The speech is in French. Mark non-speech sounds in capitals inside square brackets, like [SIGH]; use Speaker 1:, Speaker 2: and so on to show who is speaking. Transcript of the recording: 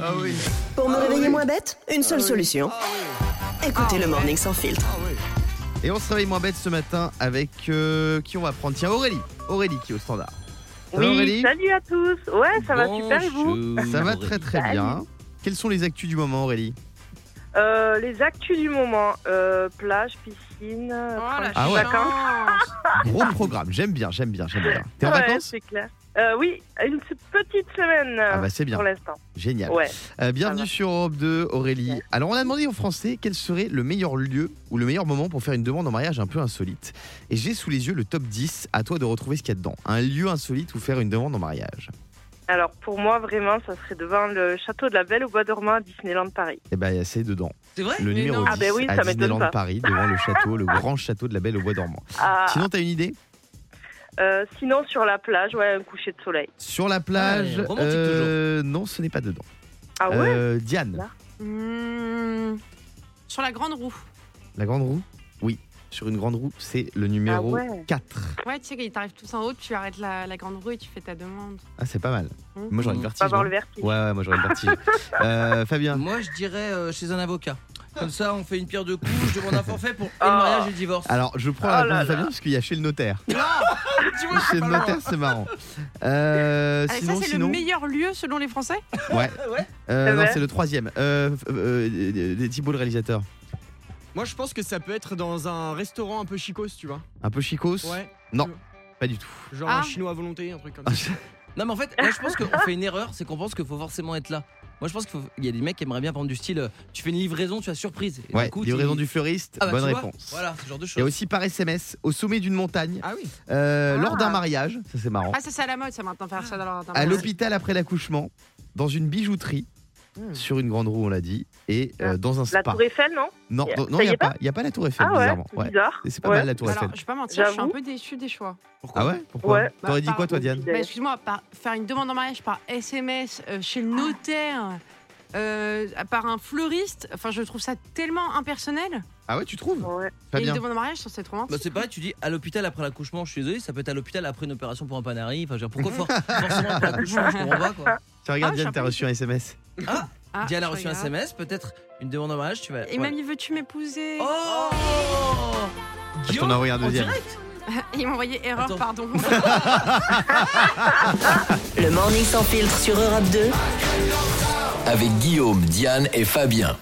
Speaker 1: Ah oui.
Speaker 2: Pour me
Speaker 1: Ah
Speaker 2: réveiller
Speaker 1: oui. Ah.
Speaker 2: moins bête, une seule solution. Écoutez le Morning sans filtre.
Speaker 1: Et on se réveille moins bête ce matin avec euh, qui on va prendre Tiens, Aurélie. Aurélie qui est au standard. Ça va,
Speaker 3: Oui,
Speaker 1: Aurélie
Speaker 3: salut à tous. Ouais, ça va super et vous
Speaker 1: Ça va très très bien. Quelles sont les actus du moment, Aurélie
Speaker 3: Euh, Les actus du moment euh, plage, piscine,
Speaker 4: Oh
Speaker 3: tranquille,
Speaker 4: la
Speaker 1: Ah ouais.
Speaker 3: vacances.
Speaker 4: chance
Speaker 1: Gros programme. J'aime bien, j'aime bien, j'aime bien. T'es en
Speaker 3: Ah. Ouais,
Speaker 1: vacances
Speaker 3: c'est clair. Euh, oui, une s- petite semaine euh,
Speaker 1: Ah bah c'est bien,
Speaker 3: pour l'instant.
Speaker 1: génial.
Speaker 3: Ouais.
Speaker 1: Euh, bienvenue
Speaker 3: va.
Speaker 1: sur Europe 2, Aurélie.
Speaker 3: Merci.
Speaker 1: Alors, on a demandé aux Français quel serait le meilleur lieu ou le meilleur moment pour faire une demande en mariage un peu insolite. Et j'ai sous les yeux le top 10. À toi de retrouver ce qu'il y a dedans. Un lieu insolite où faire une demande en mariage.
Speaker 3: Alors pour moi, vraiment, ça serait devant le château de la Belle au Bois dormant à Disneyland Paris.
Speaker 1: Eh ben, c'est dedans.
Speaker 4: C'est vrai
Speaker 1: Le
Speaker 4: Mais
Speaker 1: numéro
Speaker 4: non.
Speaker 1: 10
Speaker 3: Ah ben oui,
Speaker 1: à
Speaker 3: ça m'étonne
Speaker 1: Disneyland
Speaker 3: pas.
Speaker 1: Paris, devant le château, le grand château de la Belle au Bois dormant.
Speaker 3: Ah,
Speaker 1: Sinon, t'as une idée
Speaker 3: euh, sinon, sur la plage, ouais, un coucher de soleil.
Speaker 1: Sur la plage
Speaker 4: Ouais, romantique
Speaker 1: euh, Non, ce n'est pas dedans.
Speaker 3: Ah ouais
Speaker 1: Euh, Diane,
Speaker 3: Là.
Speaker 4: Hmm, Sur la grande roue.
Speaker 1: la grande roue Oui, sur une grande roue, c'est le numéro
Speaker 3: Ah ouais.
Speaker 1: 4.
Speaker 4: Ouais, tu sais qu'ils t'arrivent tous en haut, tu arrêtes la, la grande roue et tu fais ta demande.
Speaker 1: Ah, c'est pas mal.
Speaker 4: Hmm.
Speaker 1: Moi, j'aurais le
Speaker 5: Mmh.
Speaker 1: vertige.
Speaker 3: Pas voir
Speaker 1: non
Speaker 3: le vertige.
Speaker 1: Ouais, ouais, moi j'aurais le
Speaker 3: [LAUGHS]
Speaker 1: vertige. Euh, Fabien,
Speaker 5: Moi, je dirais euh, chez un avocat. Comme ça, on fait une pierre de coups, je demande un forfait pour et le
Speaker 3: Ah.
Speaker 5: mariage et le divorce.
Speaker 1: alors je prends la
Speaker 3: Oh
Speaker 1: réponse de
Speaker 3: là là. Ah,
Speaker 1: Fabien parce qu'il y a chez le
Speaker 3: [LAUGHS]
Speaker 1: notaire.
Speaker 5: tu vois,
Speaker 1: Chez le notaire, c'est marrant. Euh,
Speaker 4: Ah, et
Speaker 1: sinon,
Speaker 4: ça, c'est
Speaker 1: sinon.
Speaker 4: le meilleur lieu selon les Français
Speaker 1: Ouais.
Speaker 5: Ouais.
Speaker 1: Euh,
Speaker 3: C'est
Speaker 1: non,
Speaker 3: vrai
Speaker 1: c'est le troisième. Euh, euh, euh, euh, Thibaut, le réalisateur.
Speaker 6: Moi, je pense que ça peut être dans un restaurant un peu chicos, tu vois.
Speaker 1: Un peu chicos
Speaker 6: Ouais.
Speaker 1: Pas du tout.
Speaker 6: Genre
Speaker 4: Ah.
Speaker 6: un chinois à volonté, un truc comme ça.
Speaker 5: Non, mais en fait, moi, je pense qu'on fait une erreur, c'est qu'on pense qu'il faut forcément être là. Moi, je pense qu'il faut- il y a des mecs qui aimeraient bien prendre du style. euh, Tu fais une livraison, tu as surprise. Et
Speaker 1: [LAUGHS] Ouais,
Speaker 5: d'un coup,
Speaker 1: livraison
Speaker 5: tu-
Speaker 1: du fleuriste,
Speaker 5: Ah bah,
Speaker 1: bonne
Speaker 5: tu vois,
Speaker 1: réponse.
Speaker 5: Voilà, ce genre de
Speaker 1: Il y a
Speaker 5: choses.
Speaker 1: aussi par SMS, au sommet d'une montagne,
Speaker 6: Ah oui.
Speaker 1: euh,
Speaker 3: Ah.
Speaker 1: lors d'un mariage, ça c'est marrant,
Speaker 4: Ah, ça, c'est à la mode, ça maintenant, faire ça dans leur- dans
Speaker 1: à
Speaker 4: leur-
Speaker 1: l'hôpital après l'accouchement, dans une bijouterie,
Speaker 6: Hmm.
Speaker 1: sur une grande roue on l'a dit, et euh,
Speaker 3: Ah.
Speaker 1: dans un
Speaker 3: La
Speaker 1: spa.
Speaker 3: Tour Eiffel, non
Speaker 1: Non,
Speaker 3: Ça
Speaker 1: dans- non,
Speaker 3: y
Speaker 1: il n'y a
Speaker 3: est pas
Speaker 1: pas, il y a pas la tour Eiffel,
Speaker 3: Ah ouais,
Speaker 1: bizarrement. Ouais.
Speaker 3: bizarre.
Speaker 1: Et C'est pas
Speaker 3: Ouais.
Speaker 1: mal la tour Eiffel.
Speaker 4: Alors, je vais pas mentir, je suis un
Speaker 3: J'avoue.
Speaker 4: peu déçue des choix.
Speaker 1: Ah ouais Pourquoi
Speaker 3: Ouais.
Speaker 1: T'aurais dit
Speaker 4: Bah,
Speaker 1: quoi toi
Speaker 3: pardon.
Speaker 1: Diane
Speaker 4: Mais excuse-moi, par- faire une demande en mariage par SMS euh, chez le
Speaker 5: Ah.
Speaker 4: notaire, euh, par un fleuriste, enfin, je trouve ça tellement impersonnel.
Speaker 1: Ah ouais tu trouves
Speaker 3: Ouais.
Speaker 1: Pas
Speaker 4: et une
Speaker 1: bien.
Speaker 4: demande en mariage, je trouve ça trop
Speaker 5: Bah,
Speaker 4: romantique.
Speaker 5: c'est pareil, tu dis à l'hôpital après l'accouchement, je suis désolé, ça peut être à l'hôpital après une opération pour un panari. Enfin, je veux dire,
Speaker 1: [LAUGHS]
Speaker 5: pourquoi for- forcément après l'accouchement Je comprends pas quoi.
Speaker 1: Tiens regarde Diane
Speaker 4: Ah, j'ai
Speaker 1: t'as
Speaker 4: un peu
Speaker 1: reçu un SMS.
Speaker 4: Ah,
Speaker 5: Diane a
Speaker 4: je
Speaker 5: reçu un
Speaker 4: regarde.
Speaker 5: SMS, peut-être une demande en mariage, tu vas.
Speaker 4: Et mamie, veux-tu m'épouser
Speaker 5: Oh
Speaker 1: Je t'en ai envoyé un deuxième.
Speaker 4: [LAUGHS] Il m'a envoyé erreur,
Speaker 5: Attends. [LAUGHS]
Speaker 4: pardon.
Speaker 2: Le Morning sans filtre sur Europe 2.
Speaker 7: Avec Guillaume, Diane et Fabien.